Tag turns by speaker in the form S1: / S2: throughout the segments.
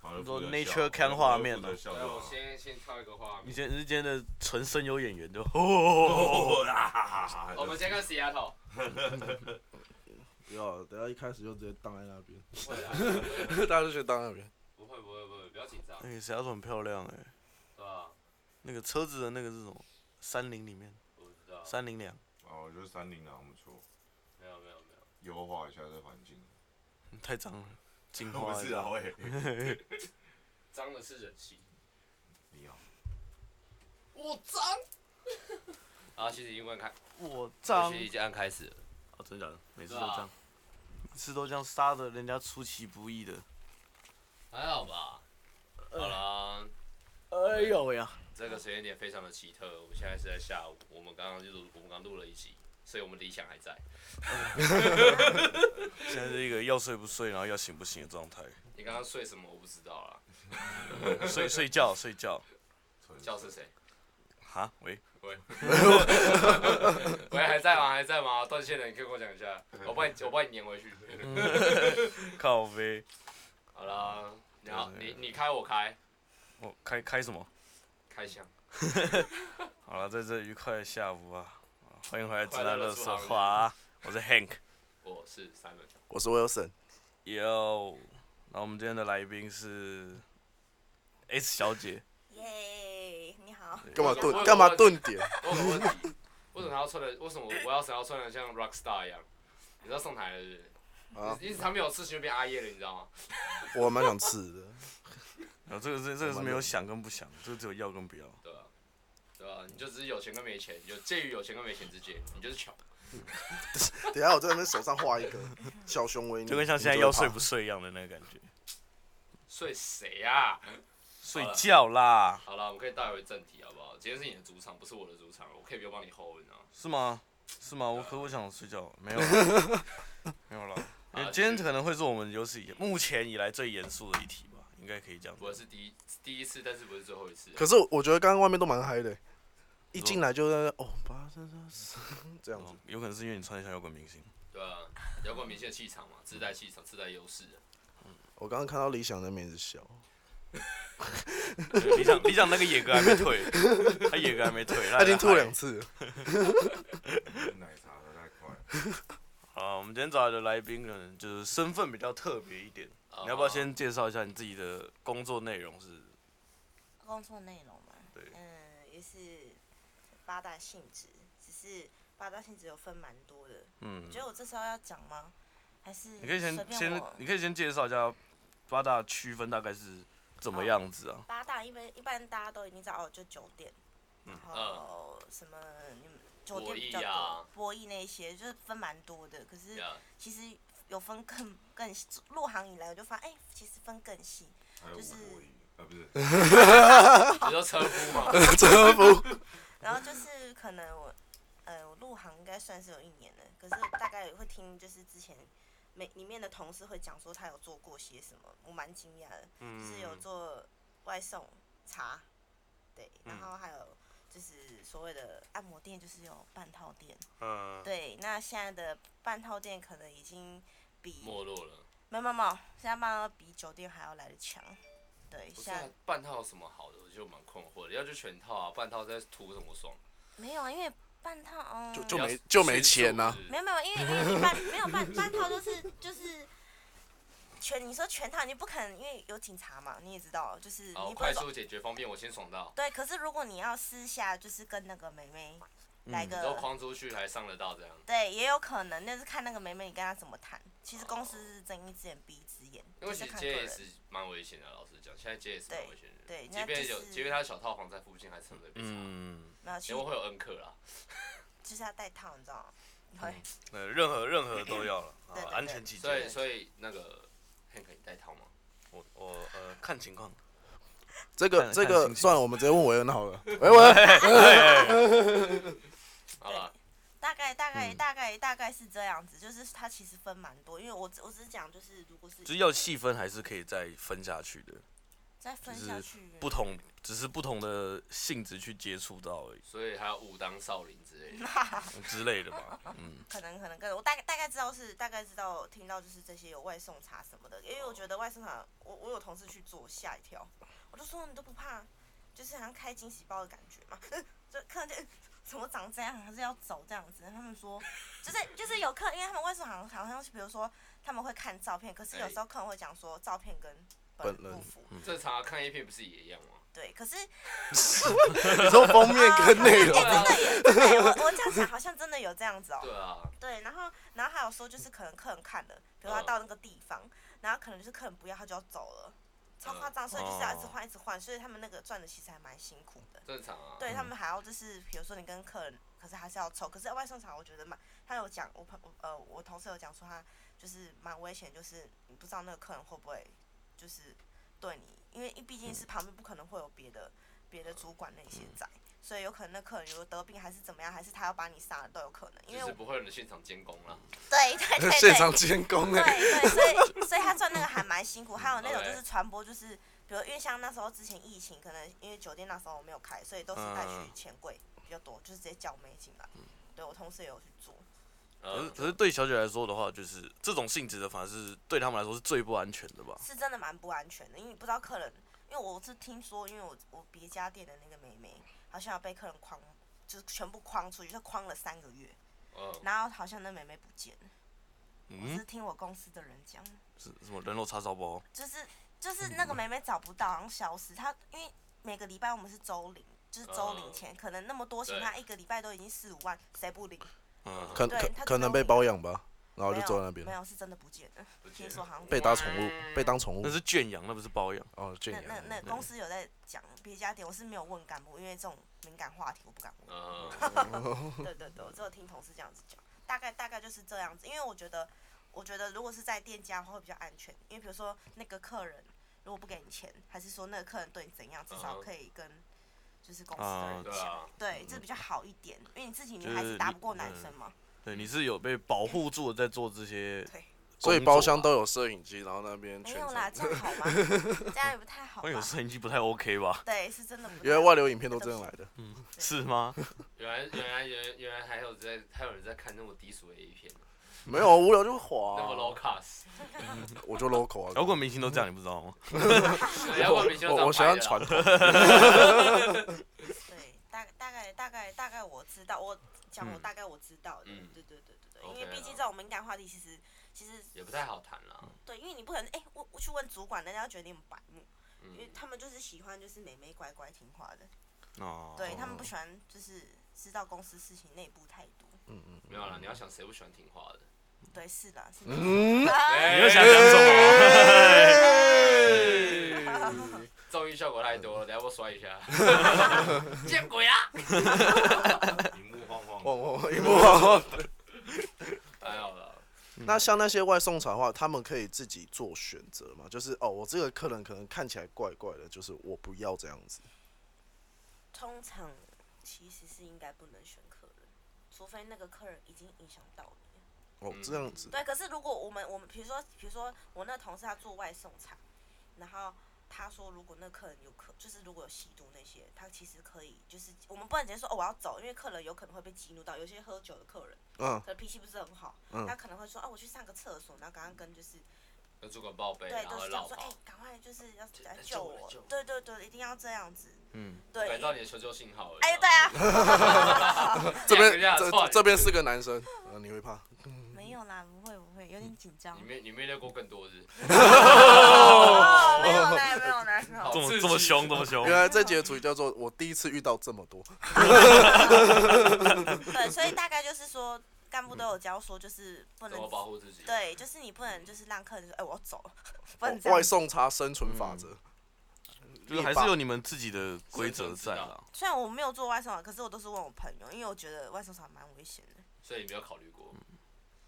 S1: 好
S2: 说 nature cam 画面
S1: 的
S2: 的
S1: 效
S3: 那
S1: 果
S3: 我。先先跳一个画
S2: 你
S3: 面。
S2: 今天你是今天的纯声优演 员对吧？
S1: 哦啊哈哈哈哈！
S3: 我们先看 Seattle。
S4: 不要，等下一开始就直接荡在那边，
S3: 不 会啦
S4: 大家就觉得荡在那边。
S3: 不会不会不会，不要紧张，
S2: 那个小丑很漂亮哎、
S3: 对吧？
S2: 那个车子的那个是什么？三菱里面，
S3: 我不知道。
S2: 三菱两，
S1: 哦，就是三菱啊，不错，
S3: 没有没有没有。
S1: 优化一下这环境。
S2: 太脏了，进 化
S1: 不
S2: 了
S1: 是啊，喂，
S3: 脏的是人性。
S1: 你好，
S3: 我脏。啊，其实已经按开，
S2: 我脏
S3: 其实已经按开始了。
S2: 啊，真的假的？每次
S3: 对
S2: 都
S3: 啊
S2: 这样，每次都这样杀的人家出其不意的。
S3: 还好吧。好了，
S2: 哎呦喂呀！
S3: 这个时间点非常的奇特。我们现在是在下午，我们刚刚就录，我们刚录了一集，所以我们理想还在。
S2: 现在是一个要睡不睡，然后要醒不醒的状态。
S3: 你刚刚睡什么？我不知道啦。
S2: 睡睡觉睡觉，
S1: 纯
S3: 叫是谁？
S2: 哈喂，
S3: 喂，还在吗？还在吗？断线了，你可以跟我讲一下，我帮你，我帮你粘回去。
S2: 嗯靠呗。
S3: 好啦，你好，你你开我开，
S2: 我开开什么？
S3: 开箱。
S2: 好了，在这愉快的下午啊，啊欢迎回来直男乐色
S3: 快乐
S2: 话啊，我是 Hank。
S3: 我是 Simon，
S4: 我是 Wilson，
S2: Yo，然后我们今天的来宾是 S 小姐，
S5: 耶你好，
S2: 哎
S4: 干嘛
S3: 我
S4: 顿
S3: 我
S4: 干嘛顿点？
S3: 我有个问题，为什么他要穿的？为什么我要想要穿的像 rock star 一样？你知道上台了是不是？
S4: 啊，
S3: 你你他没有事情就变阿叶了，你知道吗？
S4: 我还蛮想吃 的。
S2: 然后哦这个是这个是没有想跟不想，这个只有要跟不要。
S4: 嗯
S3: 对吧？对吧？你就只是有钱跟没钱，有介于有钱跟没钱之间，你就是穷。
S4: 等下我在那边手上画一个小熊维尼，
S2: 就跟像现在
S4: 你就
S2: 要
S4: 会怕
S2: 睡不睡一样的那个感觉。
S3: 睡谁啊？
S2: 睡觉啦，
S3: 好了，我们可以带回正题好不好？今天是你的主场，不是我的主场，我可以不用帮你啊 hold，你知道吗？
S2: 是吗？是吗？我可我想睡觉，没有， 没有啦。因为
S3: 啊
S2: 今天
S3: 就是
S2: 可能会是我们有史以目前以来最严肃的一题吧，应该可以这样。
S3: 我是第一第一次，但是不是最后一次。啊
S4: 可是我觉得刚刚外面都蛮嗨
S2: 嗯
S4: 的，一进来就在那哦，八三三四这样子
S2: 哦。有可能是因为你穿得像摇滚明 星。
S3: 对啊，摇滚明星的气场嘛，自带气场，自带优势。
S4: 我刚刚看到理想在那边一直笑，
S2: 李想李想那个野哥还没退，他野哥还没退，
S4: 他已经吐
S2: 还
S4: 两次了。
S1: 奶茶喝太快了，
S2: 啊，我们今天找来的来宾可能就是身份比较特别一点。
S5: 哦
S3: 啊
S2: 你要不要先介绍一下你自己的工作内容是？
S5: 工作内容嘛，
S2: 对
S5: 嗯，也是八大性质，只是八大性质有分蛮多的。
S2: 嗯
S5: 你，觉得我这时候要讲吗？还是
S2: 你可以
S5: 随
S2: 先
S5: 便
S2: 先
S5: 我，
S2: 你可以先介绍一下八大区分大概是怎么样子啊？
S5: 八大一般一般大家都已经知道哦，就酒店，
S2: 嗯
S5: 然后什么你们酒店比较
S3: 博弈啊
S5: 多，博弈那一些就是分蛮多的。可是
S3: 对啊，
S5: 其实有分更更细入行以来，我就发现哎、其实分更细。
S1: 还有
S5: 就是
S1: 五国一，啊不是，
S3: 你说车 夫嘛？
S4: 车夫，
S5: 然后就是可能我，呃，我入行应该算是有一年了，可是大概也会听就是之前每里面的同事会讲说他有做过些什么，我蛮惊讶的，就是有做外送茶，对，然后还有就是所谓的按摩店，就是有半套店，
S2: 嗯，
S5: 对，那现在的半套店可能已经比
S3: 没落了。
S5: 没有没有没有，现在半套比酒店还要来的强，对，
S3: 不是
S5: 现
S3: 啊
S5: 在
S3: 半套有什么好的？我就蛮困惑的。要就全套啊，半套在图什么爽？
S5: 没有啊，因为半套嗯
S4: 就
S3: 比较
S4: 没就没钱啊呐
S3: 迅速
S5: 没有没有， 因为因为你半没有半半套就是就是全，你说全套你不可能，因为有警察嘛，你也知道，就是
S3: 是不是好，
S5: 你
S3: 哦
S5: 不
S3: 快
S5: 能说
S3: 速解决方便，我先爽到。
S5: 对。可是如果你要私下就是跟那个妹妹来
S3: 你都
S5: 个，
S3: 呃框出去还上得到这样？
S5: 对，也有可能，但是看那个妹妹你跟她怎么谈。其实公司是睁一只眼闭一只眼，
S3: 因为其
S5: 就
S3: 实
S5: 是看个
S3: J
S5: 人。
S3: S 蛮危险的，老实讲，现在 J S 蛮危险的。
S5: 对对
S3: 即便有，
S5: 那就是
S3: 即便他小套房在附近，还是很容易被查。
S2: 嗯，
S5: 没有，其
S3: 结
S5: 实
S3: 果会有恩客啊啦，
S5: 就是要戴套，你知道吗？对，
S2: 呃，任何任何都要了，啊
S5: 对对对
S2: 安全起
S3: 所以
S2: 见。
S3: 所以那个 Hank 你带套吗？
S2: 我我呃看情况，
S5: 嗯
S4: 这
S2: 看
S4: 个
S2: 了
S4: 这
S2: 看
S4: 个
S2: 心情
S4: 算了，我们直接问韦恩 好了。喂韦恩，
S3: 好了，
S5: 大概大概
S2: 嗯
S5: 大概大概是这样子，就是它其实分蛮多，因为我只我只是讲就是如果是
S2: 就是要细分还是可以再分下去的。
S5: 再分
S2: 就
S5: 下
S2: 是
S5: 去，
S2: 不同，只是不同的性质去接触到而已
S3: 所以还有武当少林之类的。
S2: 之类的 吧。嗯，
S5: 可能可能跟我大概大概知道是大概知道听到就是这些有外送茶什么的，因为我觉
S4: 哦
S5: 得外送茶，我我有同事去做吓一跳，我就说你都不怕，就是好像开惊喜包的感觉嘛， 就客人就 怎么长这样，还是要走这样子。他们说就是就是有客人，因为他们外送好像好像是比如说他们会看照片，可是有时候客人会讲说照片跟本
S4: 哎本人嗯
S5: 人不符，
S3: 正常啊看 A 片不是也一样吗？
S5: 对，可是
S4: 你说封面跟内容
S5: 哎、，真的耶，真的耶，我我这样想好像真的有这样 子哦、
S3: 对啊，
S5: 对，然后然后还有说就是可能客人看了，比如他
S3: 嗯
S5: 到那个地方，然后可能就是客人不要，他就要走了，超
S3: 嗯
S5: 夸张，所以就是要一直
S2: 哦
S5: 换一直换，所以他们那个赚的其实还蛮辛苦的。
S3: 正常啊。
S5: 对他们还要就是比如说你跟客人，可是还是要抽，可是外送场我觉得蛮，他有讲我朋我呃我同事有讲说他就是蛮危险，就是你不知道那个客人会不会就是对你，因为毕竟是
S3: 嗯
S5: 旁边不可能会有别的别的主管那些在。所以有可能那客人如果得病还是怎么样，还是他要把你杀了都有可能，因为
S3: 就是
S5: 我
S3: 不会有人现场监工啦。
S5: 对对
S2: 哎
S5: 对对，
S4: 现场监工
S5: 对
S4: 哎，
S5: 对，所以所以他赚那个还蛮辛苦，还有那种
S3: OK
S5: 就是传播，就是比如因为像那时候之前疫情，可能因为酒店那时候我没有开，所以都是带去
S2: 嗯
S5: 钱柜比较多，就是直接叫妹进来。对我同事也有去做，
S2: 可是
S3: 嗯，
S2: 可是对小姐来说的话，就是这种性质的，反而是对他们来说是最不安全的吧？
S5: 是真的蛮不安全的，因为你不知道客人，因为我是听说，因为我我别家店的那个妹妹好像有被客人诓，就是全部诓出去，就诓了三个月，
S3: 嗯，
S5: 然后好像那妹妹不见了，我
S2: 嗯
S5: 是，听我公司的人讲。
S2: 是什么人肉叉烧包？
S5: 就是就是
S4: 嗯
S5: 那个妹妹找不到，然后消失。她因为每个礼拜我们是周领，就是周领钱，可能那么多
S3: 嗯
S5: 钱，
S3: 对
S5: 她一个礼拜都已经四五万，谁不领？
S2: 嗯，
S4: 可
S5: 对
S4: 可
S5: 他
S4: 可能被包养吧，然后哦就坐在那边
S5: 没，有，是真的不见了。
S3: 不见
S5: 听说好像
S4: 被当宠物，被当宠物
S2: 那是圈养，那不是包养。
S4: 哦，圈
S5: 那
S4: 养
S5: 那那公司有在讲别家店，我是没有问干部，因为这种敏感话题我不敢 问。
S3: 嗯，
S5: 对对对，我只有听同事这样子讲，大概大概就是这样子。因为我觉得，我觉得如果是在店家的话会比较安全，因为比如说那个客人如果不给你钱，还是说那个客人对你怎样，至
S3: 嗯
S5: 少
S3: 哼
S5: 可以跟就是公司的人
S2: 啊
S5: 讲。
S3: 对啊，
S5: 对，这比较好一点，因为你自己
S2: 就
S5: 女
S2: 是
S5: 孩子打不过
S2: 你嗯
S5: 男生嘛。
S2: 对，你是有被保护住的，在做这些。
S5: 对，
S4: 所以包厢都有摄影机，然后那边
S5: 没
S4: 全
S5: 有
S4: 程
S5: 啦，这样好吗？这样也不太好吧
S2: 光？有摄影机不太 OK 吧？
S5: 对，是真的不太好。
S4: 原来外流影片都这样来的，
S2: 是 吗？
S3: 原来原来原来原来还有在还有人在看那么低俗的 A 片，
S4: 没有无聊 就
S3: 那
S4: 滑
S3: 么 low
S4: 啊，
S3: class，
S4: 我就 local 啊，
S2: 摇滚明星都这样，你不知道吗？
S3: 要不然明星
S4: 我我喜
S3: 啊
S4: 欢传统，
S5: 对，大大概大概大概我知道，我讲我
S2: 嗯
S5: 大概我知道的，
S3: 嗯
S5: 对对对对对，
S3: OK
S5: 因为毕竟
S3: 啊
S5: 这种敏感话题，其实其实
S3: 也不太好谈啦。
S5: 对，因为你不可能哎、我我去问主管，人家觉得你很白目，因为
S3: 嗯，
S5: 他们就是喜欢就是美眉乖乖听话的，
S2: 哦，
S5: 对他们不喜欢就是知道公司事情内部太多。
S4: 嗯嗯，
S3: 没有啦，你要想谁不喜欢听话的？哎
S5: 对，是啦，是 啦。
S4: 嗯，
S5: 哎
S2: 你又想讲
S3: 啊
S2: 什么？
S4: 哎
S5: 哎
S3: 综艺效果太多了，等下我摔一下。见鬼啊！
S1: 荧幕晃晃，
S4: 我我一幕晃晃。
S3: 还好啦，
S4: 那像那些外送茶的话，他们可以自己做选择嘛？就是哦，我这个客人可能看起来怪怪的，就是我不要这样子。
S5: 通常其实是应该不能选客人，除非那个客人已经影响到你。
S4: 哦
S3: 嗯，
S4: 这样子，
S5: 对，可是如果我们我们比如说比如说我那同事他做外送茶，然后他说如果那客人有客就是如果有吸毒那些，他其实可以就是我们不能直接说哦我要走，因为客人有可能会被激怒到，有些喝酒的客人
S4: 嗯
S5: 可能脾气不是很好，
S4: 嗯
S5: 他可能会说哦我去上个厕所，然后刚刚跟就是
S3: 跟主管报备，
S5: 对
S3: 然
S5: 都
S3: 后
S5: 是讲
S3: 绕
S5: 说
S3: 跑
S5: 哎，赶快就是要
S3: 救
S5: 来
S3: 来
S5: 救
S3: 救我
S5: 我
S3: 来救我，
S5: 对对对，一定要这样子，
S2: 嗯，
S5: 对，
S3: 改造你的求救信号了。
S5: 哎对啊。
S4: 这边
S3: 两个
S4: 这
S3: 人串
S4: 这这边是个男生，呃，你会怕？
S5: 没有啦，不会不会，有点紧张
S3: 嗯你。没你没练过更多日，
S5: 哦，没有呢，没有呢，没有。
S2: 这么
S3: 刺激
S2: 这么凶，这么凶
S4: 原。来这节的主题叫做“我第一次遇到这么多
S5: 对，所以大概就是说，干部都有教说，就是不
S3: 嗯怎么保
S5: 能，
S3: 护自己？
S5: 对，就是你不能就是让客人说，哎，我要走了， 不能这样
S4: 哦外。送差生存法则
S2: 嗯就是还是有你们自己的规则在
S3: 生存之
S2: 啦。
S5: 虽然我没有做外送啊，可是我都是问我朋友，因为我觉得外送场蛮危险的，
S3: 所以你没有考虑过。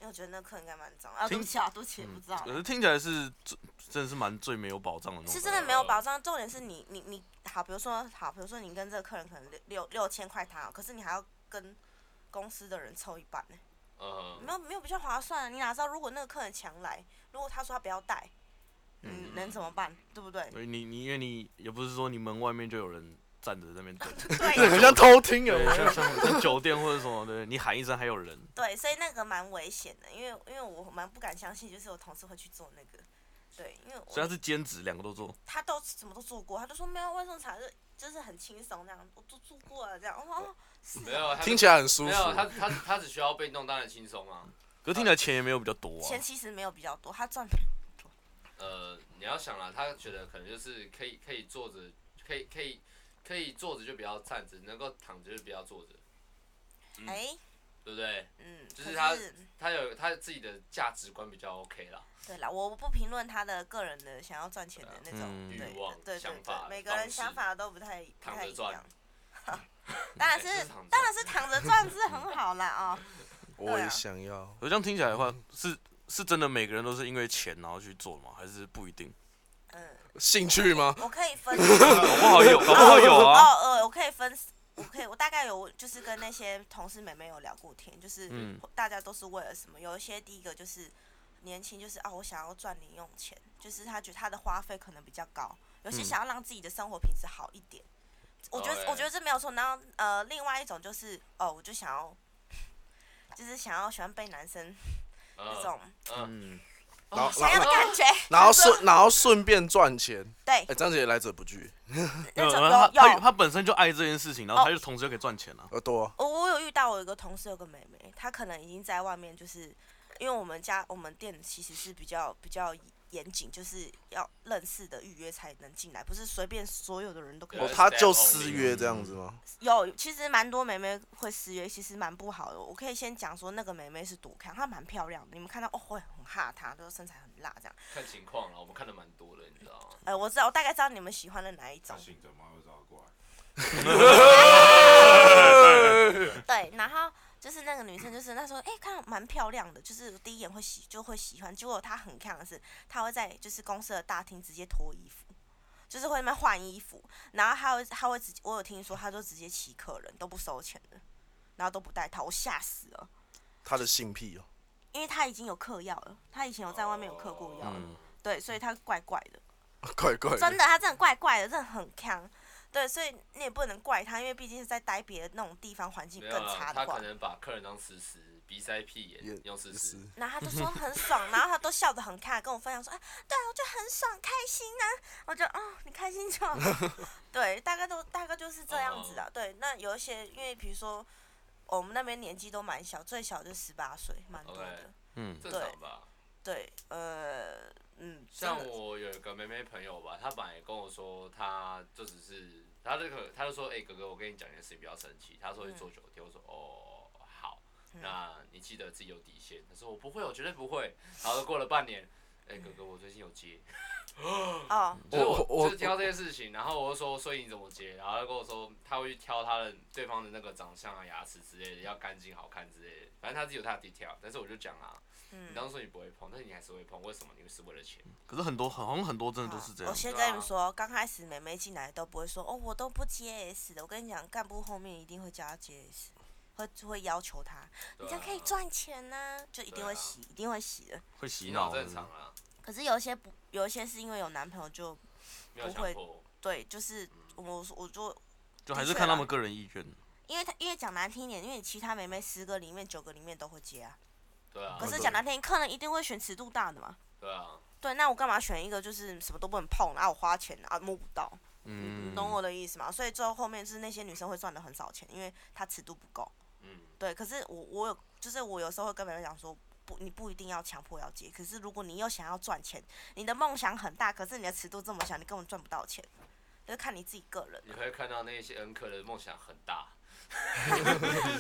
S5: 因为我觉得那客人应该蛮脏啊。对
S2: 听
S5: 不起啊，对不起，
S3: 嗯
S5: 不知道
S2: 嗯可。是听起来是最真的是蛮最没有保障的那种。
S5: 是真的没有保障，重点是你你你好，比如说好，比如说你跟这个客人可能六六六千块谈好，哦可是你还要跟公司的人凑一半呢、
S3: 嗯，
S5: 没有没有比较划算啊！你哪知道如果那个客人强来，如果他说他不要带，嗯，能怎么办？对不对？
S2: 所以你你因为你也不是说你门外面就有人站着在那边等，
S4: 这很
S5: 对
S4: 像偷听
S2: 对，
S4: 哎。
S2: 像像像酒店或者什么的，你喊一声还有人，
S5: 对，所以那个蛮危险的，因为因为我蛮不敢相信，就是我同事会去做那个。对，因为
S2: 所以
S5: 我
S2: 他是兼职，两个都做。
S5: 他都什么都做过，他就说没有外送茶就就是很轻松那样，我都做过了这样。哦哦，是
S3: 没
S5: 啊
S3: 有，他
S4: 听起来很舒
S3: 没
S4: 服。
S3: 有他他他只需要被弄，当然轻松啊。
S2: 可是听起来钱也没有比较多啊
S5: 钱，其实没有比较多，他赚
S3: 呃，你要想啦，他觉得可能就是可以可以坐着，可以可以可以坐着就不要站着，能够躺着就不要坐着，
S5: 哎、
S3: 对不对？
S5: 嗯，
S3: 嗯就
S5: 可
S3: 是他
S5: 是
S3: 他有他自己的价值观比较 OK 啦。
S5: 对啦，我不评论他的个人的想要赚钱的那种
S2: 嗯
S5: 对
S3: 欲望
S5: 对对
S3: 想
S5: 对
S3: 法
S5: 对，每个人
S3: 方式
S5: 想法都不太不
S3: 躺
S5: 太
S3: 着
S5: 一
S3: 赚
S5: 样。当然
S3: 哎这
S5: 是
S3: 是躺着
S5: 当然是躺着赚是很好啦哦，
S4: 我也想要。
S2: 可是这样听起来的话，是是真的每个人都是因为钱然后去做吗？还是不一 定？
S5: 嗯，
S4: 兴趣吗？
S5: 我可以 分
S2: 搞不好有，搞不好有 啊。
S5: 哦呃，我可以分，我可以，我大概有就是跟那些同事妹妹有聊过天，就是
S2: 嗯
S5: 大家都是为了什么？有一些第一个就是年轻，就是啊，我想要赚零用钱，就是他觉得他的花费可能比较高，有
S2: 嗯
S5: 些
S2: 哦哎
S5: 想要让自己的生活品质好一点。我觉得我觉得这没有错。然后呃，另外一种就是哦，我就想要，就是想要喜欢被男生那
S3: 嗯
S5: 种
S3: 嗯，
S2: 嗯，
S4: 然后，
S5: 啊哦想要的感觉，
S4: 然后顺，然后顺便赚钱。
S5: 对
S4: 哎，，张姐也来者不拒，
S5: 那种
S2: 嗯他
S5: 有
S2: 他
S5: 有
S2: 他本身就爱这件事情，然
S5: 哦
S2: 后他就同时又可以赚钱啊。
S4: 耳朵
S5: 我我有遇到我有一个同事有个妹妹，她可能已经在外面，就是因为我们家我们店其实是比较比较严谨，就是要认识的预约才能进来，不是随便所有的人都可以
S3: 对
S4: 哦
S5: 进。，
S4: 他就私约这样子
S2: 嗯
S4: 吗？
S5: 有其实蛮多妹妹会私约，其实蛮不好的。我可以先讲说那个妹妹是多看，她蛮漂亮的，你们看到哦会很哈她，就是身材很辣这样。
S3: 看情况啦，我们看的蛮多的，你知道吗？
S5: 呃，我知道，我大概知道你们喜欢的哪一
S1: 他
S5: 种。
S1: 醒着吗？会找他过来。
S5: 对，然后就是那个女生，就是那时候哎、看蛮漂亮的，就是第一眼会喜就会喜欢。结果她很看的是，她会在就是公司的大厅直接脱衣服，就是会在那边换衣服，然后她会她会直接，我有听说她就直接骑客人都不收钱的，然后都不带套，我吓死了，
S4: 他的性癖哦。
S5: 因为她已经有嗑药了，她以前有在外面有嗑过药，
S2: 嗯
S5: 对，所以她怪怪的。
S4: 怪怪
S5: 真
S4: 的，
S5: 的，他真的怪怪的，真的很强。对，所以你也不能怪他，因为毕竟是在待别的那种地方，环境
S3: 没
S5: 更
S3: 有啦
S5: 差，
S3: 他
S5: 的话
S3: 可。能把客人当吃食，鼻塞屁眼
S4: 也
S3: 用吃食
S4: 是。
S5: 然后他就说很爽，然后他都笑得很开，跟我分享说：“啊，对啊，我就很爽，开心啊！”我就哦，你开 心就好。对，大概都大概就是这样子的。对，那有一些因为比如说我们那边年纪都蛮小，最小就十八岁，蛮多的
S3: OK。
S2: 嗯，
S3: 正常吧。
S5: 对，呃，嗯，真
S3: 像
S5: 的
S3: 我有一个妹妹朋友吧，她本来跟我说，她就只是她那个，她就说，哎、哥哥，我跟你讲一件事情，不要生气。她说去做酒店，我说哦好，
S5: 嗯
S3: 那你记得自己有底线。她说我不会，我绝对不会。然后过了半年，哎、哥哥，我最近有接，
S5: 哦，
S3: 就是
S4: 我
S3: 我
S4: 我
S3: 就是听到这件事情，然后我就说，所以你怎么接？然后她跟我说，她会去挑她的对方的那个长相啊、牙齿之类的，要干净好看之类的。反正她自己有她的 detail，但是我就讲啊，你
S5: 嗯，
S3: 当时说你不会碰，但是你还是会碰，为什么？因为是为了钱。
S2: 可是很多好像很多真的都
S5: 好
S2: 是这
S5: 我
S2: 样。
S5: 先
S3: 对啊
S5: 跟你们说，刚开始妹妹进来都不会说哦，我都不接 S 的。我跟你讲，干部后面一定会叫她接 S，会会要求她，你
S3: 对
S5: 这样可以
S3: 啊
S5: 赚钱呢、就一定会
S3: 对啊
S5: 洗，一定会洗的。
S2: 会洗
S3: 洗
S2: 脑
S3: 脑
S2: 的
S3: 正
S4: 嗯
S3: 常啦，
S5: 可是有一些不，有一些是因为有男朋友就
S3: 没有
S5: 不会
S3: 强迫。嗯
S5: 对，就是我我就
S2: 就还是看他们个人意愿。
S5: 因为他因为讲难听一点，因为你其他妹妹十个里面九个里面都会接啊。
S3: 对啊，
S5: 可是
S4: 对
S5: 讲难听，客人一定会选尺度大的嘛。
S3: 对啊，
S5: 对，那我干嘛选一个就是什么都不能碰，然后我花钱啊摸不到，你
S2: 嗯，
S5: 懂我的意思吗？所以最后后面是那些女生会赚的很少钱，因为她尺度不够。
S3: 嗯，
S5: 对，可是我我有，就是我有时候会跟别人讲说，不，你不一定要强迫要接。可是如果你又想要赚钱，你的梦想很大，可是你的尺度这么小，你根本赚不到钱，就是看你自己个 人
S3: 你会看到那些恩客的梦想很大，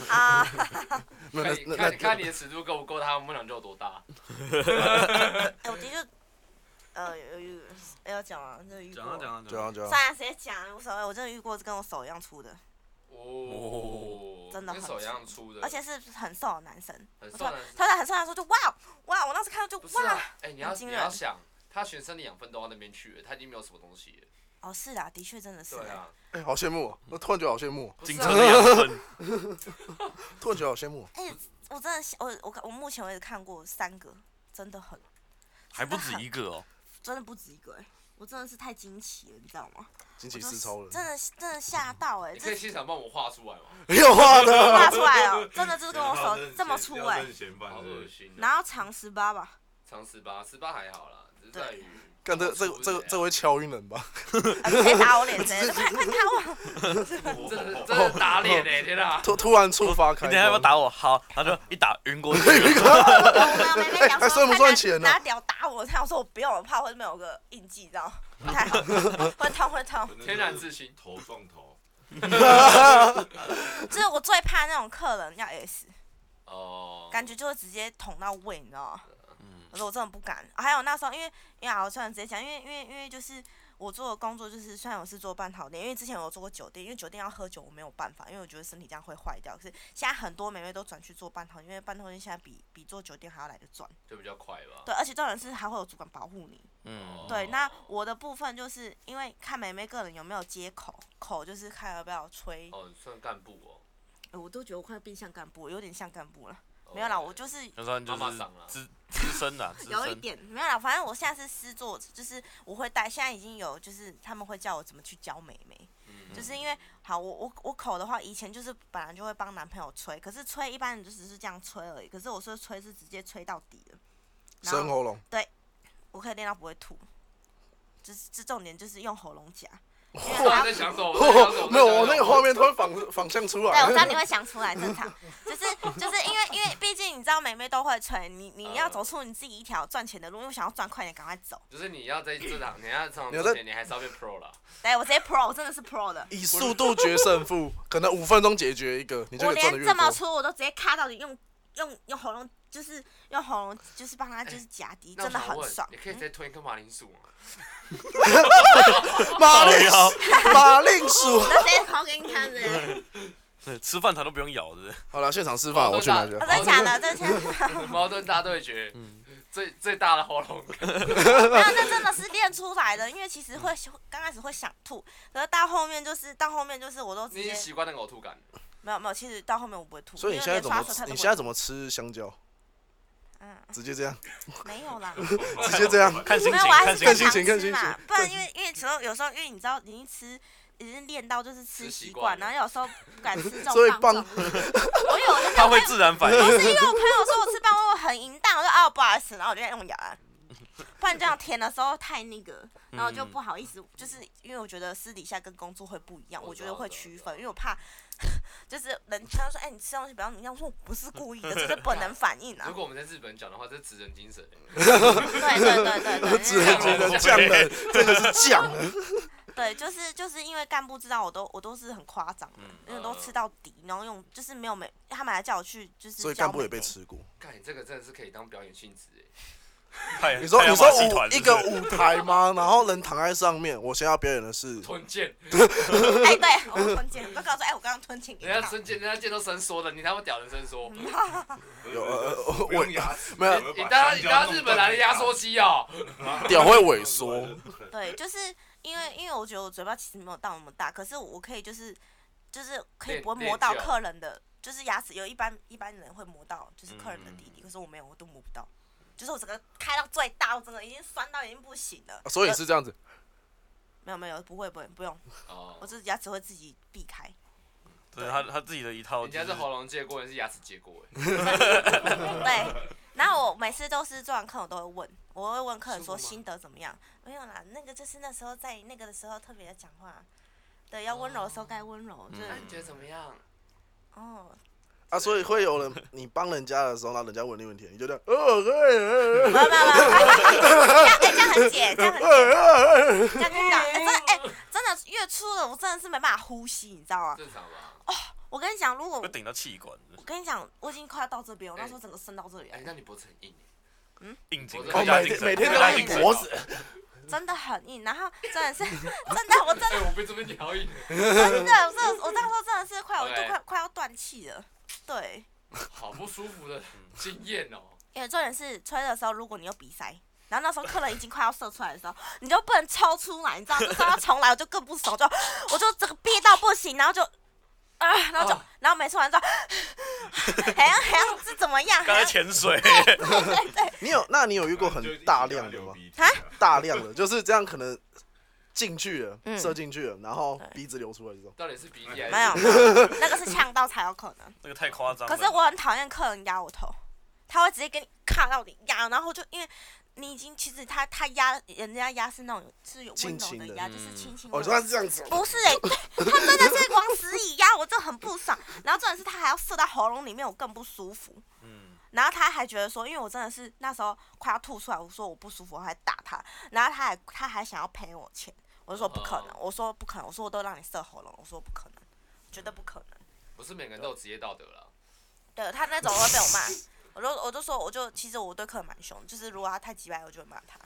S5: 啊。
S4: 那
S3: 看
S4: 那
S3: 你
S4: 那
S3: 看你看
S4: 那
S3: 你的尺度够不够，他们梦想就有多大。
S5: 哎、我的确，呃，有有有要讲啊，这遇过
S2: 讲。啊讲啊
S4: 就
S2: 讲啊。
S4: 要就要
S5: 算了，直接讲无所谓。我真的遇过跟我手一样粗的，
S3: 哦，
S5: 真的
S3: 跟
S5: 很
S3: 手一样粗的，
S5: 而且是很瘦的男生。
S3: 很瘦
S5: 我突然
S3: 的。
S5: 突然很瘦的时候就哇哇，我当时看到就
S3: 不是
S5: 哇、
S3: 啊，哎，你要
S5: 很惊
S3: 你
S5: 人
S3: 要想，他全身的养分都到那边去了，他已经没有什么东西了。
S5: 哦是啦，的确真的是
S3: 对
S5: 欸、
S3: 啊，
S4: 哎，好羡慕哦！
S2: 嗯
S4: 我突然觉得好羡慕哦，
S3: 不是
S2: 警
S3: 啊
S2: 车的养分，
S4: 突然觉得好羡慕哦。
S5: 哎、我真的我我我目前为止看过三个，真的很
S2: 还不止一个哦。
S5: 真的不止一个哎、我真的是太惊奇了，你知道吗？
S4: 惊
S5: 我
S4: 奇
S5: 就
S4: 四超人，
S5: 真的真的吓到哎、
S3: 你可以
S5: 这
S3: 现场帮我画出来吗？
S4: 没有画的，
S5: 画出来了，真的就是跟我手 这么粗哎、
S1: 嫌
S3: 好
S1: 犯是
S3: 恶
S1: 不是
S3: 心、啊。
S5: 然后长十八吧，
S3: 长十八，十八还好啦，只是在于
S4: 干这这个这个这个会敲晕人吧？
S5: 啊直接打我脸，直接快快打我！
S3: 这是这是打 脸嘞、天哪！
S4: 突突然触发开
S2: 你等
S4: 关，
S2: 一下要不要打我？好，他就一打晕过去。
S5: 我没有妹 妹讲
S4: 哎
S5: 说，
S4: 算不算钱呢
S5: 拿拿屌打我，他说我不用，我怕会没有个印记，你知道？不太好，会痛会痛。
S1: 真的
S3: 天然自信，
S1: 头撞头，
S5: 就是我最怕那种客人要 S，
S3: 哦，
S5: 感觉就会直接捅到胃，你知道吗？
S2: 嗯
S5: 我说我真的不敢。啊还有那时候，因为因为啊，我突然直接讲，因为因为因为就是我做的工作就是，虽然我是做半导店，因为之前我有做过酒店，因为酒店要喝酒我没有办法，因为我觉得身体这样会坏掉。可是现在很多美眉都转去做半导，因为半导店现在比比做酒店还要来得赚。
S3: 就比较快吧。
S5: 对，而且重点是还会有主管保护你。
S2: 嗯，
S5: 对，
S3: 哦
S5: 那我的部分就是因为看美眉个人有没有接口，口就是看要不要吹。
S3: 哦，你算干部哦。
S5: 呃我都觉得我快变像干部，有点像干部了。
S3: 哦
S5: 没有啦，我就是
S2: 就算就
S3: 妈
S2: 是
S3: 妈桑啊
S2: 资资深啊，资
S5: 有一
S2: 深。
S5: 点没有啦，反正我现在是师座，就是我会带，现在已经有就是他们会叫我怎么去教妹妹，
S3: 嗯
S5: 就是因为好我我我口的话，以前就是本来就会帮男朋友吹，可是吹一般人就只是这样吹而已，可是我说吹是直接吹到底的，然
S4: 生
S5: 后
S4: 喉咙，
S5: 我可以练到不会吐，就是这重点就是用喉咙夹，因
S3: 我 突
S5: 为还
S3: 然
S5: 要
S3: 在想什么？我在想什么
S4: 没有我那个画面突然反反向出
S5: 对，我知道
S4: 来，
S5: 你会想出来，正常，就是就是因为因为毕竟你知道妹妹都会吹，你你要走出你自己一条赚钱的路，因为我想要赚快点，赶快走，
S3: 就是你要在这场，你要这场
S4: 你要
S3: 之
S4: 在
S3: 前，你还是要变 pro 啦。
S5: 对我直接 pro，我真的是 pro 的。
S4: 以速度决胜负，可能五分钟解决一个，你就
S5: 我
S4: 可以赚
S5: 连
S4: 的越
S5: 这么
S4: 多。
S5: 粗我都直接卡到底，用用用喉咙，就是用喉咙，就是帮他就是夹低，
S3: 那
S5: 真的
S3: 我想
S5: 很
S3: 问
S5: 爽嗯
S3: 你。可以直接吞一颗马铃薯吗？
S4: 马
S2: 靠
S4: 铃
S2: 腰
S4: 马铃薯，
S5: 那直接掏给 你看 的，哦
S2: 对吃饭团都不用咬的，
S4: 好了，现场示范，我去拿一
S5: 我
S4: 下。
S5: 真的假的？这真的，
S3: 矛盾大对决，
S4: 嗯
S3: 最最大的喉咙。
S5: 没有，这真的是练出来的。因为其实会
S3: 嗯
S5: 刚开始会想吐，可是到后面就是到后面就是我都直
S3: 你已经
S5: 接
S3: 习惯那个呕吐感，
S5: 没有没有，其实到后面我不会吐，
S4: 所以你
S5: 因为
S4: 现在
S5: 连
S4: 怎么
S5: 刷手他
S4: 吃？
S5: 都
S4: 你
S5: 不
S4: 现在
S5: 会
S4: 怎么吃香蕉？
S5: 嗯
S4: 直接这样，
S5: 没 有啦。
S4: 直接这样。
S2: 看心
S5: 没
S2: 情，
S5: 有，我还
S2: 看
S5: 是
S2: 心情
S4: 看心
S5: 正常。
S4: 情看
S5: 吃
S4: 心
S5: 嘛
S4: 情，
S5: 不然因为因为有时候有时候因为你知道已经吃已经练到就是
S3: 吃
S5: 吃
S3: 习
S5: 习
S3: 惯
S5: 惯，
S3: 了
S5: 然后有时候不敢 吃这种
S4: 所以
S5: 棒
S4: 棒
S5: 状物。我有 那个
S2: 他会自然反
S5: 不
S2: 应。
S5: 是因为我朋友说我吃棒棒很淫荡，我说哦不好意思，然后我就用咬啊。不然这样舔的时候太那个，然后我就不好意思，就是因为我觉得私底下跟工作会不一样，
S3: 我
S5: 我
S3: 知
S5: 觉
S3: 道
S5: 得会区分，因为我怕 就是人家说哎、你吃东西不要你这样说，我不是故意的，这是本能反应啊
S3: 如。果 我们在日本讲的话，这是职人精神欸。
S5: 对对 对对对，
S4: 直接觉得酱人，真的是酱 人。
S5: 对，就是就是因为干部知道我都我都是很夸张
S3: 嗯
S5: 的，因为都吃到底，然后用就是没有没他们还叫我去就是
S4: 所以
S5: 教
S4: 干部
S5: 妹
S4: 也被
S5: 妹
S4: 吃过。
S3: 看你这个真的是可以当表演性质哎。
S2: 太
S4: 你说
S2: 太
S4: 你
S2: 阳
S4: 说
S2: 马戏团
S4: 舞
S2: 是
S4: 一
S2: 不是
S4: 个舞台吗？然后人躺在上面，我现在要表演的 是
S3: 吞剑，
S5: 哎、对，我 吞剑，都告诉哎、我刚刚吞剑给
S3: 人
S5: 他
S3: 家。伸剑，人家剑都伸缩的，你他妈屌人伸缩。
S5: 嗯
S4: 有呃呃我
S1: 不用牙齿
S4: 没有
S3: 你当你当日本来的压缩，机哦，
S4: 屌会萎缩，
S5: 对，就是因为因为我觉得我嘴巴其实没有到那么大，可是我可以就是就是可以
S3: 练
S5: 不会磨
S3: 练
S5: 到
S3: 就
S5: 客人的，就是牙齿有一般一般人会磨到就是客人的
S3: 嗯
S5: 底底，可是我没有，我都磨不到。就是我整个开到最大，我整个已经酸到已经不行了。
S4: 啊所以
S5: 呃
S4: 是这样子。
S5: 没有没有不会不会不用，我
S3: 哦，
S5: 这牙齿会自己 避开。
S2: 对他他自己的一套
S3: 哦人
S2: 就
S3: 家
S2: 是，
S3: 是喉咙借过，人是牙齿借过
S5: 嗯
S3: 哎。
S5: 对，然后我每次都是做完课，我都会问，我会问客人说
S3: 是我吗
S5: 心得怎么样？没有啦，那个就是那时候在那个的时候特别的讲话，对，要温柔
S3: 哦
S5: 的时候该温柔，就是
S3: 那你觉得怎么样？
S5: 哦，
S4: 啊，所以会有人你帮人家的时候，那人家问你问题，你就这样，呃呃
S5: 没有没有没有，哎，这样很解，这 样很解，
S4: 呃呃，
S5: 这样很解，哎，真的哎，真的越粗的我真的是没办法呼吸，你知道吗？
S3: 正常吧？
S5: 我跟你讲，如果
S2: 会顶到气管的
S5: 我跟你讲，我已经快要到这边，我那时候整个伸到这里
S3: 哎，
S5: 来，
S3: 那你脖子很硬哎。
S2: 应景
S3: 我
S2: 的，
S3: 哦
S4: 我
S2: 客家
S4: 每
S2: 精
S4: 天
S2: 神
S4: 每天
S2: 客
S4: 都
S2: 家
S4: 在
S5: 硬
S2: 精神
S4: 脖子，
S5: 真的很硬，然后真的是真的我真
S3: 哎，
S5: 的
S3: 我被这边咬硬。
S5: 真的我真的我那时候真的是快我都
S3: OK
S5: 快快要断气了，对。
S3: 好不舒服的经验哦。
S5: 因为重点是吹的时候，如果你有鼻塞，然后那时候客人已经快要射出来的时候，你就不能抽出来，你知道？这时候要重来，我就更不爽，就我就整个憋到不行，然后就啊、然后就、
S3: 哦
S5: 然后没抽完之后，还要还要哎是怎么样？
S2: 刚才
S5: 还要
S2: 潜 水，
S4: 你有？那你有遇过很大量的吗？大量的，就是这样，可能进去了，
S5: 嗯
S4: 射进去了，然后
S5: 对
S4: 鼻子流出来这种。
S3: 到底是鼻涕还是
S5: 嗯哎没有，没有那个是呛到才有可能。
S2: 这个太夸张了。
S5: 可是我很讨厌客人压我头，他会直接给你卡到你压，然后就因为你已经其实他他压人家压是那种是有温
S4: 轻
S5: 柔
S4: 轻的
S5: 的压，
S2: 嗯
S5: 就是轻轻
S4: 哦，
S5: 的。
S4: 你说他是这样子哦，
S5: 不是哎、对他真的是往死里压，我真的很不爽。然后重点是他还要射到喉咙里面，我更不舒服。
S2: 嗯，
S5: 然后他还觉得说，因为我真的是那时候快要吐出来，我说我不舒服，我还打他，然后他还他还想要赔我钱，我就说不可能，我说不可能，我说我都让你射喉咙，我说不可能，绝对不可能。
S3: 不是每个人都有职业道德了。
S5: 对他那种会被我骂，我就我就说我就其实我对客人蛮凶，就是如果他太急白，我就会骂他。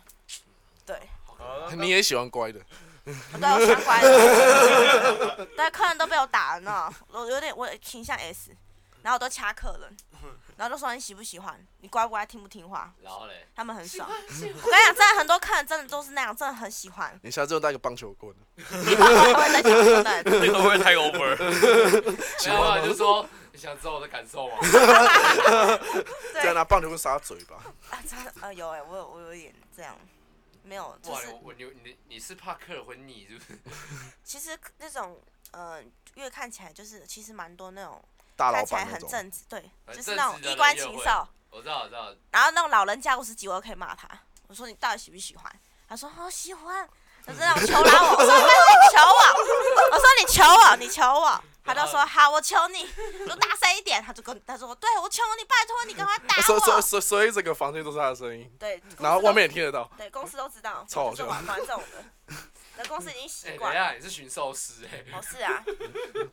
S5: 对，
S3: 好
S2: 好了
S4: 你也喜欢乖的，
S5: 对我喜欢乖的， 对客人都被我打了呢，我有点我倾向 S，然后我都掐客人，然后就说你喜不喜欢，你乖不乖，听不听话，
S3: 然后嘞，
S5: 他们很爽。我跟你讲，真的很多客人真的都是那样，真的很喜欢。
S4: 你下次就带个棒球棍。
S2: 那
S5: 我在想说的，
S2: 个会不会 太 over？
S3: 然后就说你想知道我的感受吗？
S5: 对
S4: 这样拿棒球棍杀嘴巴。
S5: 啊，真的呃有哎、我有我有一点这样，没有，就
S3: 哇，
S5: 是
S3: 我我你你你是怕客人会腻是不是？
S5: 其实那种呃，越看起来就是其实蛮多那种
S4: 大老
S5: 看起来
S4: 板那
S5: 很
S4: 种，
S5: 正直，对，
S3: 很
S5: 就是那
S3: 正
S5: 种
S3: 直的
S5: 衣冠
S3: 人约
S5: 禽
S3: 会
S5: 兽，
S3: 我知道我知道，
S5: 然后那种老人家五十几，我又可以骂他，我说你到底喜不喜欢？他说好、哦、喜欢，他就 那种求拉我，我说你求我，我说你求我，你求我。他就说好，我求你，我就大声一点。他就跟他说，对我求你，拜托你赶快 打
S4: 啊所以所以
S5: 我。
S4: 所以所以整个房间都是他的声音，
S5: 对，公司
S4: 然后
S5: 都
S4: 外面也听得到。
S5: 对公司都知道，
S4: 超好
S5: 就是
S4: 笑
S5: 玩玩这种的， 那公司已经
S3: 哎、
S5: 习
S3: 等一
S5: 惯了。
S3: 下，你是驯兽师哎、
S5: 哦，是啊，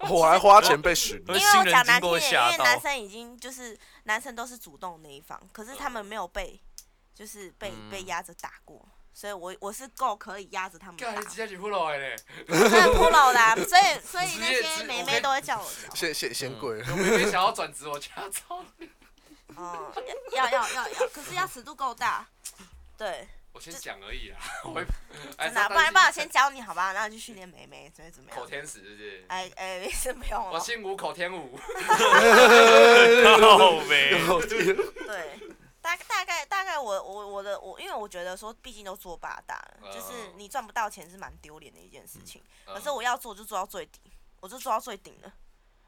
S4: 我 还花钱被巡
S5: 因
S2: 因
S5: 为
S2: 为
S5: 我
S2: 新
S5: 讲
S2: 人
S5: 难
S2: 经
S5: 听
S2: 过
S5: 一
S2: 会
S5: 点，
S2: 吓
S5: 因为
S2: 到
S5: 男生已经就是男生都是主动那一方，可是他们没有被就是被
S2: 嗯
S5: 被压着打过，所以我我是够可以压着他们
S3: 干
S5: 打
S3: 你，直接去哎骷髅嘞，
S5: 真的不 老啦。所以所以
S3: 直
S5: 那
S3: 接
S5: 些
S3: 直
S5: 妹
S3: 我
S5: 妹
S3: 跟
S5: 都会 叫我教，
S4: 先先先跪了。
S5: 嗯
S3: 我明明想要转职，我家操你！
S5: 哦，要要要要，可是要尺度够大，对，
S3: 我先讲而已啦，我会哎
S5: 真的啊，不然不然我先教你好吧，然后你去训练妹妹，怎么怎么
S3: 口
S5: 样？
S3: 天使是不是？
S5: 哎哎，是不用
S3: 我
S5: 了，
S3: 姓吴，口天吴，
S2: 靠呗。
S4: 我天
S5: 对，大大概大概我我我的我，因为我觉得说，毕竟都做八大了，就是
S3: 嗯
S5: 你赚不到钱是蛮丢脸的一件事情。可
S3: 嗯
S5: 是我要做就做到最顶，我就做到最顶了。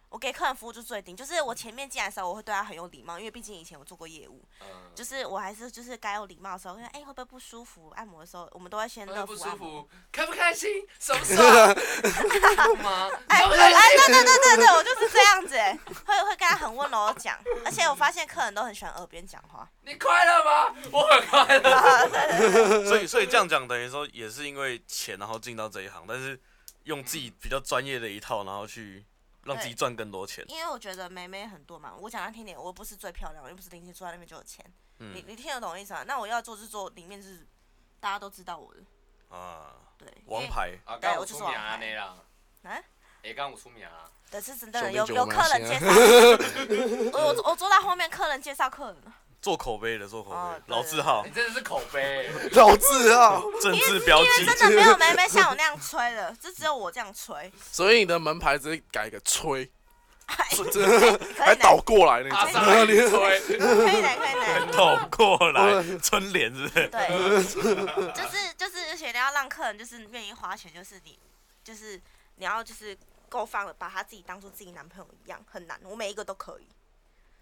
S5: 我给客人服务就最顶，就是我前面进来的时候，我会对他很有礼貌，因为毕竟以前我做过业务，
S3: 嗯
S5: 就是我还是就是该有礼貌的时候，因为哎、会不会不舒服？按摩的时候，我们都会先
S3: 哎
S5: 热
S3: 不
S5: 敷
S3: 舒
S5: 按摩。
S3: 服，开不开心，爽不 爽？痛吗？
S5: 哎
S3: 爽不
S5: 对
S3: 爽？
S5: 哎对对对 对对，我就是这样子、哎，会会跟他很温柔的讲，而且我发现客人都很喜欢耳边讲话。
S3: 你快乐吗？我很快 乐。
S2: 所以所以这样讲，等于说也是因为钱，然后进到这一行，但是用自己比较专业的一套，然后去让自己赚更多钱。
S5: 因为我觉得妹妹很多嘛，我讲难听点，我又不是最漂亮，我又不是零钱坐在那边就有钱，你
S2: 嗯
S5: 你听得懂我意思啊？那我要做就做，里面是大家都知道我的，
S2: 啊，
S5: 对，因为
S2: 王，牌
S3: 啊，
S5: 对
S3: 刚
S5: 哎我
S3: 我
S5: 就
S3: 出
S5: 是
S3: 名
S5: 王
S3: 啊，
S5: 牌
S3: 那啦。
S5: 啊？
S3: 哎，刚我出名啊。
S5: 对，是真的
S4: 兄弟
S5: 有
S4: 就
S5: 有
S4: 我们
S5: 客人
S4: 先
S5: 介绍， 我我我坐到后面，客人介绍客人了，
S2: 做口碑的，做口
S5: 哦
S2: 碑，
S5: 对
S2: 老字号
S3: 你，真的是口 碑，
S4: 老字啊！
S2: 政治标
S5: 因为真
S2: 记，
S5: 的没有妹妹像我那样吹的，就只有我这样吹，
S4: 所以你的门牌直接改一个吹，
S5: 哎
S4: 这这
S5: 可
S4: 还
S5: 以的
S4: 倒，过来那
S3: 阿
S4: 种。
S3: 三
S5: 哎
S3: 来一吹，
S5: 可以的，可以的。
S2: 透过 来春联是不是？
S5: 对，就是就是，而且你要让客人就是愿意花钱，就是你就是你要就是够放了，把他自己当做自己男朋友一样，很难。我每一个都可以，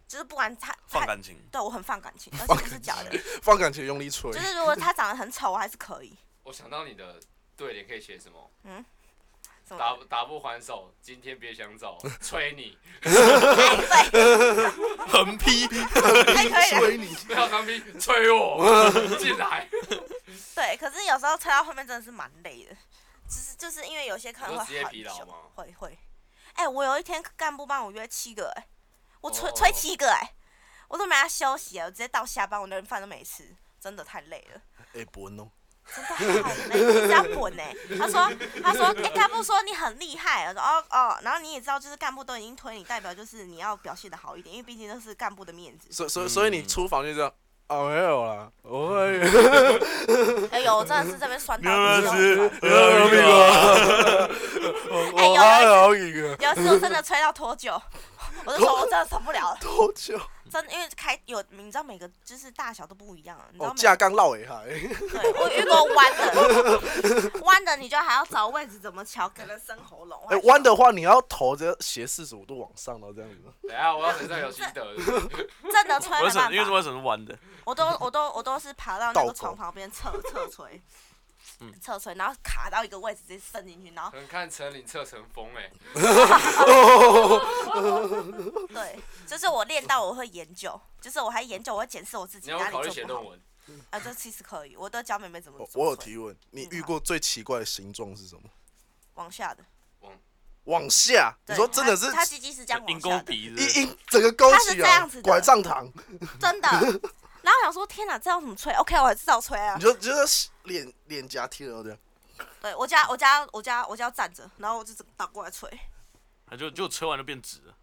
S5: 就是不管他
S2: 放
S5: 他
S2: 感 情，
S5: 对我很放感情，而且不是假的，
S4: 放感情用力吹
S5: 就，是如果他长得很丑，我还是可以。
S3: 我想到你的对联可以写什么？
S5: 什
S3: 打
S5: 么？
S3: 不打不还手，今天别想 走，吹你，
S5: 哎对，
S2: 横 批，
S5: 还可以的。啊
S4: 你。
S3: 不要当兵，吹 我进来。
S5: 对，可是有时候吹到后面真的是蛮累的，就是就是因为有些客人
S3: 你
S5: 会
S3: 说职业
S5: 很
S3: 疲劳
S5: 凶
S3: 吗
S5: 会会。哎、我有一天干部帮我约七个、哎，我吹、
S3: 哦
S5: 吹七个、哎，我都没他休息、哎，我直接到下班，我连饭都没吃，真的太累了，
S4: 哎，伯农，
S5: 真的好累，一直在滚哎、他说他说，哎、干部说你很厉害，我说哦哦，然后你也知道，就是干部都已经推你，代表就是你要表现的好一点，因为毕竟那是干部的面子。
S4: 所所以所以你出房就这样。哦，没有啦，我会
S5: 哎呦，我真的是这边酸
S2: 你
S5: 到
S2: 要不要
S5: 不 行
S2: 吃
S5: 了。？
S2: 你要不要吃
S5: 哎
S4: 我还有一个，
S5: 有一次我真的吹到脱臼，我就说我真的受不了了，
S4: 多久？
S5: 真的因为开有你知道每个就是大小都不一样，你知
S4: 哦，
S5: 道每
S4: 架
S5: 个
S4: 刚绕尾海，
S5: 对我遇过弯的，弯的你就还要找位置怎么瞧，可能生喉咙。啊
S4: 哎，弯的话你要头着斜四十五度往上，然后这样子。
S3: 等一下我要很上有心得，是不是
S5: 正的吹
S2: 我
S5: 没
S2: 为什么？因为
S5: 办
S2: 什
S5: 法，
S2: 么是弯的？
S5: 我都我都我都是爬到那
S4: 倒
S5: 个
S4: 钩
S5: 床旁边侧侧吹
S2: 嗯，
S5: 侧吹，然后卡到一个位置直接伸进去，然后
S3: 可能看陈岭侧成风哎，
S5: 对，就是我练到我会研究，就是我还研究，我会检视我自
S3: 你
S5: 己
S3: 要不
S5: 哪
S3: 要考虑
S5: 里
S3: 写
S5: 做不
S3: 论
S5: 好
S3: 文，
S5: 啊，这其实可以，我都教妹妹怎么嗯
S4: 我
S5: 做。
S4: 我有提问，你
S5: 嗯
S4: 遇
S5: 好
S4: 过最奇怪的形状是什么？
S5: 往下的，
S4: 往下，你
S5: 对
S4: 说真的是
S5: 他鸡鸡是这样
S2: 鹰
S5: 往
S2: 钩
S5: 下的，
S2: 鼻子，
S4: 一一整个勾
S5: 它是
S4: 起
S5: 这
S4: 来
S5: 样子，的嗯
S4: 拐杖糖，
S5: 真 的。然后想说天哪，这要怎么吹？OK，我还是照吹啊
S4: 你。就就是脸脸颊贴了这样。
S5: 对我家我家我家我家站着，然后我就整个倒过来吹，
S2: 啊就就吹完就变直了，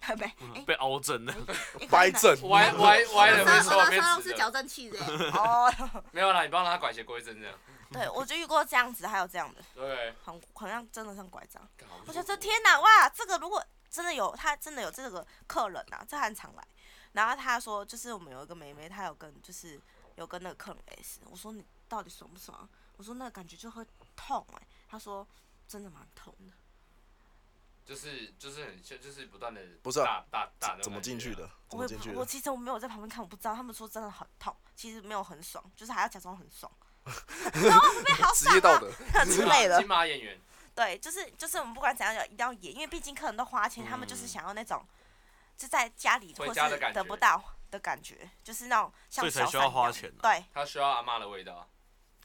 S5: 还没
S2: 被凹正了。
S5: 哎
S4: 掰正。
S3: 歪歪歪
S5: 我
S3: 了嗯没
S5: 刚
S3: 错，
S5: 我
S3: 变
S5: 刚刚
S3: 直
S5: 是
S3: 的，
S5: 矫正器 的。哦，
S3: 没有啦，你帮他拐斜归正这样，
S5: 对，我就遇过这样子，还有这样的，
S3: 对，
S5: 很很像真的像拐杖。
S3: 干好不
S5: 我
S3: 舒
S5: 觉得
S3: 服
S5: 天哪，哇，这个如果真的有他真的有这个客人啊，这他很常来。然后他说，就是我们有一个妹妹，她有跟就是有跟那个客人 S，我说你到底爽不爽？啊我说那个感觉就会痛哎、他说真的蛮痛的。
S3: 就是就是很就就是不断的
S4: 不是啊
S3: 打打打
S4: 怎么进去？
S3: 啊
S4: 的？怎
S5: 我
S4: 么
S5: 也
S4: 进去
S5: 不，我
S4: 的？
S5: 其实我没有在旁边看，我不知道。他们说真的很痛，其实没有很爽，就是还要假装很 爽，然后被好
S4: 职
S5: 爽
S4: 业道
S5: 啊
S4: 德，
S5: 之类的
S3: 金。马演员，
S5: 对，就是就是我们不管怎样要一定要演，因为毕竟客人都花钱，他们就是
S2: 嗯
S5: 想要那种就在家里
S3: 回
S5: 或
S3: 家的
S5: 是
S3: 感
S5: 得
S3: 觉
S5: 不到的感觉，就是那种
S2: 所
S5: 像
S2: 以才
S5: 小
S2: 需要
S5: 三一
S2: 花
S5: 样
S2: 钱啊
S5: 对，
S3: 他需要阿妈的味道，啊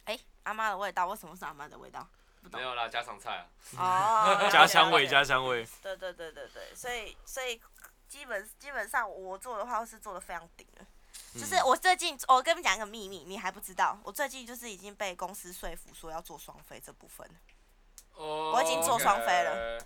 S5: 哎，阿妈的味道，为什么是阿妈的 味道？不懂
S3: 没有啦，家常菜啊，
S5: 哦了
S2: 家
S5: 解
S2: 乡
S5: 了
S2: 味，
S5: 解
S2: 家乡味。
S5: 对对对对对，所以所以基本基本上我做的话我是做的非常顶的，就是
S2: 嗯
S5: 我最近我跟你们讲一个秘密，你还不知道，我最近就是已经被公司说服说要做双飞这部分了，
S4: 哦
S3: 我
S5: 已经做双飞了。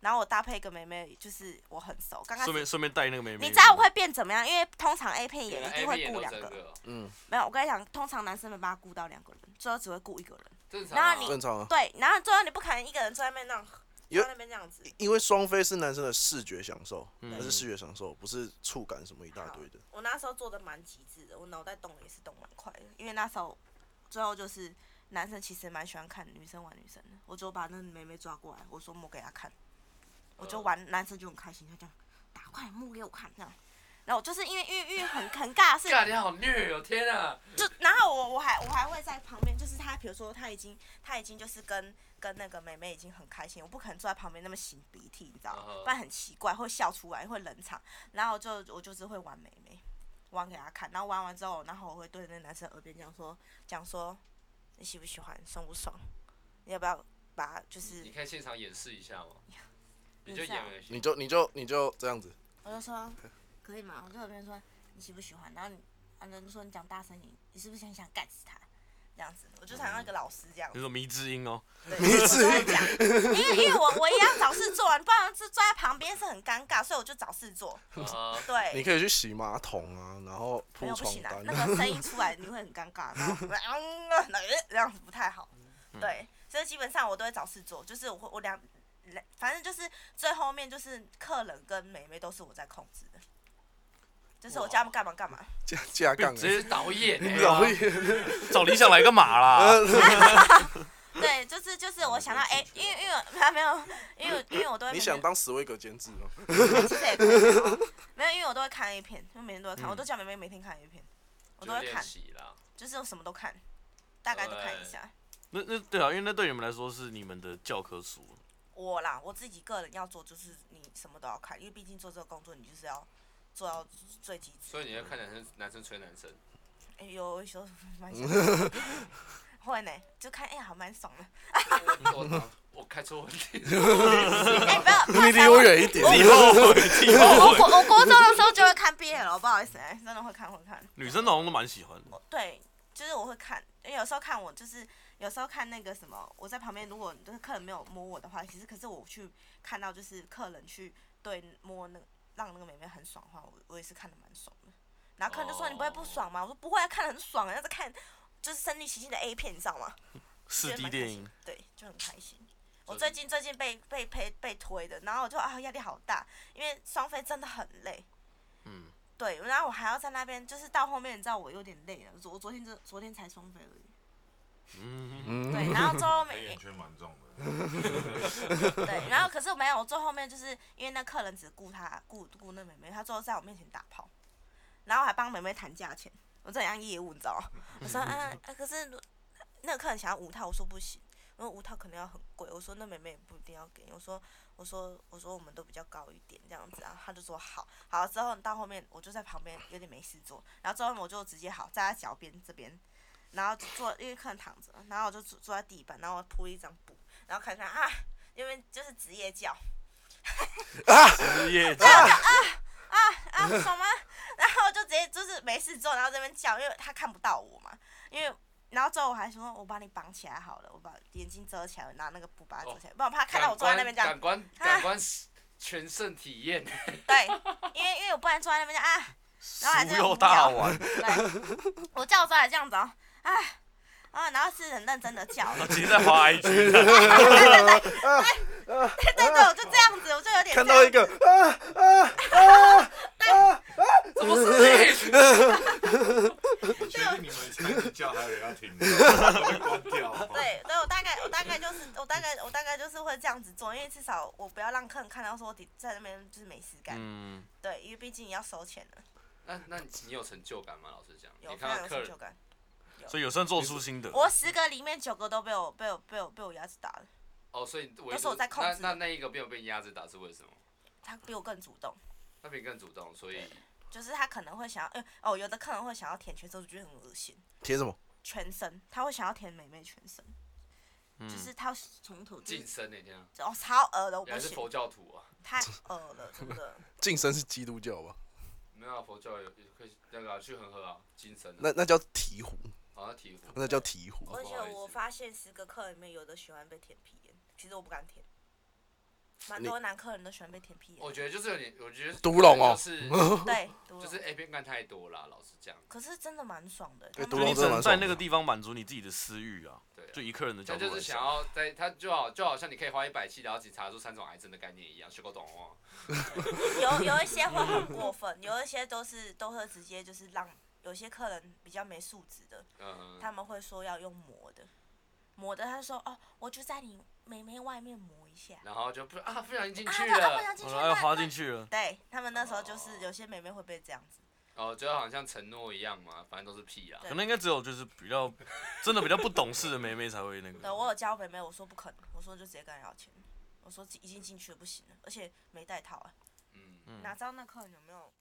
S5: 然后我搭配一个妹妹，就是我很熟，刚开
S2: 顺便
S5: 始。
S2: 顺便带那个妹妹。
S5: 你知道会变怎么样？因为通常 A 片也
S3: 原来
S5: 一
S3: A B
S5: 定会
S3: 也
S5: 雇
S3: 都
S5: 两
S3: 这
S5: 个，
S3: 个哦，
S4: 嗯，
S5: 没有，我跟你讲，通常男生没办法雇到两个人，最后只会雇一个人。
S3: 正常啊。
S5: 然后
S4: 正常啊。
S5: 对，然后最后你不可能一个人坐在那边那样，
S4: 因
S5: 坐
S4: 为
S5: 在那边这样子。
S4: 因为双飞是男生的视觉享受，
S2: 嗯
S4: 那是视觉享受，不是触感什么一大堆的。
S5: 我那时候做的蛮极致的，我脑袋动得也是动蛮快的，因为那时候最后就是男生其实蛮喜欢看女生玩女生的，我就把那妹妹抓过来，我说摸给她
S3: 哦
S5: 看，我就玩，男生就很开心，他这样打快摸给我看这样，然后我就是因为因为因为很很尬的是，
S3: 干，你好虐哦！天啊，
S5: 就然后我我还我还会在旁边，就是他比如说他已经他已经就是跟跟那个妹妹已经很开心，我不可能坐在旁边那么擤鼻涕，你知道吗
S3: 嗯哼
S5: 不然很奇怪，会笑出来，会冷场。然后就我就是会玩妹妹，玩给他看，然后玩完之后，然后我会对那男生耳边讲说讲说你喜不喜欢，爽不爽，你要不要把就是
S3: 你可以现场演示一下吗？你
S5: 嗯演
S3: 就
S5: 示啊
S3: 演而已。
S4: 你就你就你就这样子，
S5: 我就说可以吗？我就有边说你喜不喜欢，然后你啊，人说你讲大声一点，你是不是很想干死他？这样子，我就想要一个老师这样子
S2: 你。说迷之音哦，
S5: 对
S4: 迷之音
S5: 我都会讲，因为因为我我一样找事做啊，不然是坐在旁边是很尴尬，所以我就找事做。
S3: 啊，
S4: 你
S5: 对，
S4: 可以去洗马桶啊，然后铺
S5: 没有不
S4: 床
S5: 行啊，那
S4: 单。
S5: 个声音出来你会很尴尬，然后嗯这样子不太好。
S4: 嗯
S5: 对，所以基本上我都会找事做，就是我会我两。两反正就是最后面就是客人跟妹妹都是我在控制的，就是我叫他们干 嘛干嘛，
S4: 架架杠欸，
S2: 直
S3: 这是导演哎，
S4: 老易
S2: 找理想来干嘛 啦？
S5: 呃对，就是就是 我想到哎、因为因为我还没有，因为我因为我都会
S4: 你
S5: 每
S4: 想
S5: 天
S4: 当史威格监制 吗？
S5: 其实也可以啊 没有，因为我都会看 A 片，因为每天都会看，我都叫妹妹每天看 A 片，我
S3: 就
S5: 都会
S3: 练
S5: 看，
S3: 习啦。
S5: 就是我什么都看，大概都看一下。
S2: 那那对啊，因为那对你们来说是你们的教科 书。
S5: 我啦，我自己个人要做就是你什么都要看，因为毕竟做这个工作你就是要做到最极致。
S3: 所以你要看男生男生吹男生，
S5: 哎呦，有时候蛮想的 会呢，就看哎、呀，好蛮爽的。
S3: 我我开错问题，
S5: 哎、不要，不
S4: 你
S5: 要
S4: 离
S5: 踩
S4: 我
S5: 我
S4: 远一 点。
S2: 后悔，以
S5: 我
S2: 后
S5: 我
S2: 悔。
S5: 国我国中的时候就会看 BL，哦不好意思哎、真的会看会看。
S2: 女生好像都蛮喜欢的。
S5: 对，就是我会看，因为有时候看我就是有时候看那个什么，我在旁边，如果就是客人没有摸我的话，其实可是我去看到就是客人去对摸那个让那个妹妹很爽的话，我我也是看的蛮爽的。然后客人就说：“你不会不爽吗？”我说：“不会啊，看得很爽啊，要在看就是身临其境的 A 片，你知道吗？”
S2: 四
S5: 觉得
S2: D
S5: 蛮开
S2: 电
S5: 心
S2: 影
S5: 的，对，就很开心。我最近最近被被被被推的，然后我就啊压力好大，因为双飞真的很累。
S2: 嗯，
S5: 对，然后我还要在那边，就是到后面你知道我有点累了，我昨我昨天就昨天才双飞而已。
S2: 嗯，
S4: 嗯，
S5: 对，然后最后
S1: 黑
S5: 面
S1: 眼圈蛮重的，
S5: 对，然后可是没有，我最后面就是因为那客人只顾他顾顾那妹妹，他最后在我面前打炮，然后还帮妹妹谈价钱，我这很像业务，你知道吗？我说啊啊，可是那个客人想要五套，我说不行，因为五套可能要很贵，我说那妹妹也不一定要给，我说我说我说我们都比较高一点这样子啊，他就说好，好之后到后面我就在旁边有点没事做，然后最后我就直接好在他脚边这边。然后就坐，因为客人躺着，然后我就坐坐在地板，然后我铺一张布，然后看他啊，因为就是职业啊教
S2: 职业
S5: 啊什么，然后就直接就是没事做，然后这边叫，因为他看不到我嘛，因为然后最后我还说我把你绑起来好了，我把眼睛遮起来，我拿那个布把它遮起来，
S4: 哦
S5: 不然我怕看到我坐在那边这样啊
S3: 感，官感官全胜体验，
S5: 对，因为因为我不然坐在那边这样啊，然后还
S2: 无
S5: 在那边
S2: 忧
S5: 无
S2: 大
S5: 聊，
S2: 碗，
S5: 对，我叫我坐来这样子哦，啊啊，然后是很认真 的叫，
S2: 他今天啊在滑 IG 的，
S5: 对对对，我就这样子，我就有点
S4: 看到一个啊啊啊啊！
S3: 怎么是 你？
S1: 你确定你们才叫还有人要听吗？会关掉好不好。
S5: 对，对我大概我大概就是我大概我大概就是会这样子做，因为至少我不要让客人看到说我在那边就是没事干。
S2: 嗯，
S5: 对，因为毕竟要收钱了，
S3: 那那你你有成就感吗？老实讲，
S5: 有
S3: 你
S5: 非
S3: 看
S5: 常
S3: 到
S5: 有
S3: 客
S5: 成
S3: 人
S5: 就感。
S2: 所以有算做出心得，
S5: 我十个里面九个都被我被我被我被我鸭子打了，
S3: 哦，所以唯独
S5: 都是我在控制
S3: 那那那一个没有被压制打是为什么？
S5: 他比我更主动，
S3: 那边更主动，所以
S5: 就是他可能会想要，哎、哦，有的客人会想要舔全身，我觉得很恶心，
S4: 贴什么？
S5: 全身，他会想要舔美妹全身，
S2: 嗯
S5: 就是他会从头就
S3: 晋
S5: 是
S3: 升那天啊，
S5: 哦超恶的，我
S3: 你
S5: 不
S3: 还是
S5: 行
S3: 佛，教徒啊？
S5: 太恶了，真的。
S4: 晋升是基督教吧？
S3: 没有啊佛教有也可以那个啊去恒河啊，晋升啊，
S4: 那那叫鹈鹕，
S3: 好像体
S4: 那叫鹈鹕。
S5: 而且
S3: 不好意思
S5: 我发现十个客人里面有的喜欢被舔屁眼，其实我不敢舔，蛮多男客人都喜欢被舔屁眼。
S3: 我觉得就是有点，我觉得
S4: 独龙哦
S3: 就是
S5: 对， 都
S3: 就是 A 片干太多啦，老实讲，
S5: 可是真的蛮爽的。
S4: 对
S5: 他
S4: 独
S2: 就
S5: 们
S2: 你
S4: 龙
S2: 只
S4: 真的
S2: 能
S4: 蛮爽的
S2: 在那个地方满足你自己的私欲啊，
S3: 对啊，
S2: 就一客人的角
S3: 他
S2: 度来
S3: 就
S2: 说
S3: 是想要在他就好就好像你可以花一百期，然后只查出三种癌症的概念一样，学过懂哦。
S5: 有有一些会很过分，有一些都是都是直接就是让有些客人比较没素质的，
S3: 嗯，
S5: 他们会说要用磨的，磨的他就说哦，我就在你妹妹外面磨一下，
S3: 然后就不啊，不小心进
S5: 啊，
S3: 去
S5: 对啊，不
S3: 了，哎
S5: 想进
S2: 我
S5: 去，
S2: 说要
S5: 那
S2: 滑进去了，
S5: 对他们那时候就
S3: 哦
S5: 是有些妹妹会被这样子，
S3: 哦，就好像承诺一样嘛，反正都是屁啦。
S5: 对
S2: 可能应该只有就是比较真的比较不懂事的妹妹才会那
S5: 对，
S2: 个，
S5: 我有教妹妹，我说不可能，我说就直接跟她要钱，我说已经进去了不行了，而且没带套啊，
S3: 嗯，啊
S2: 嗯
S5: 哪知道那客人有没有啊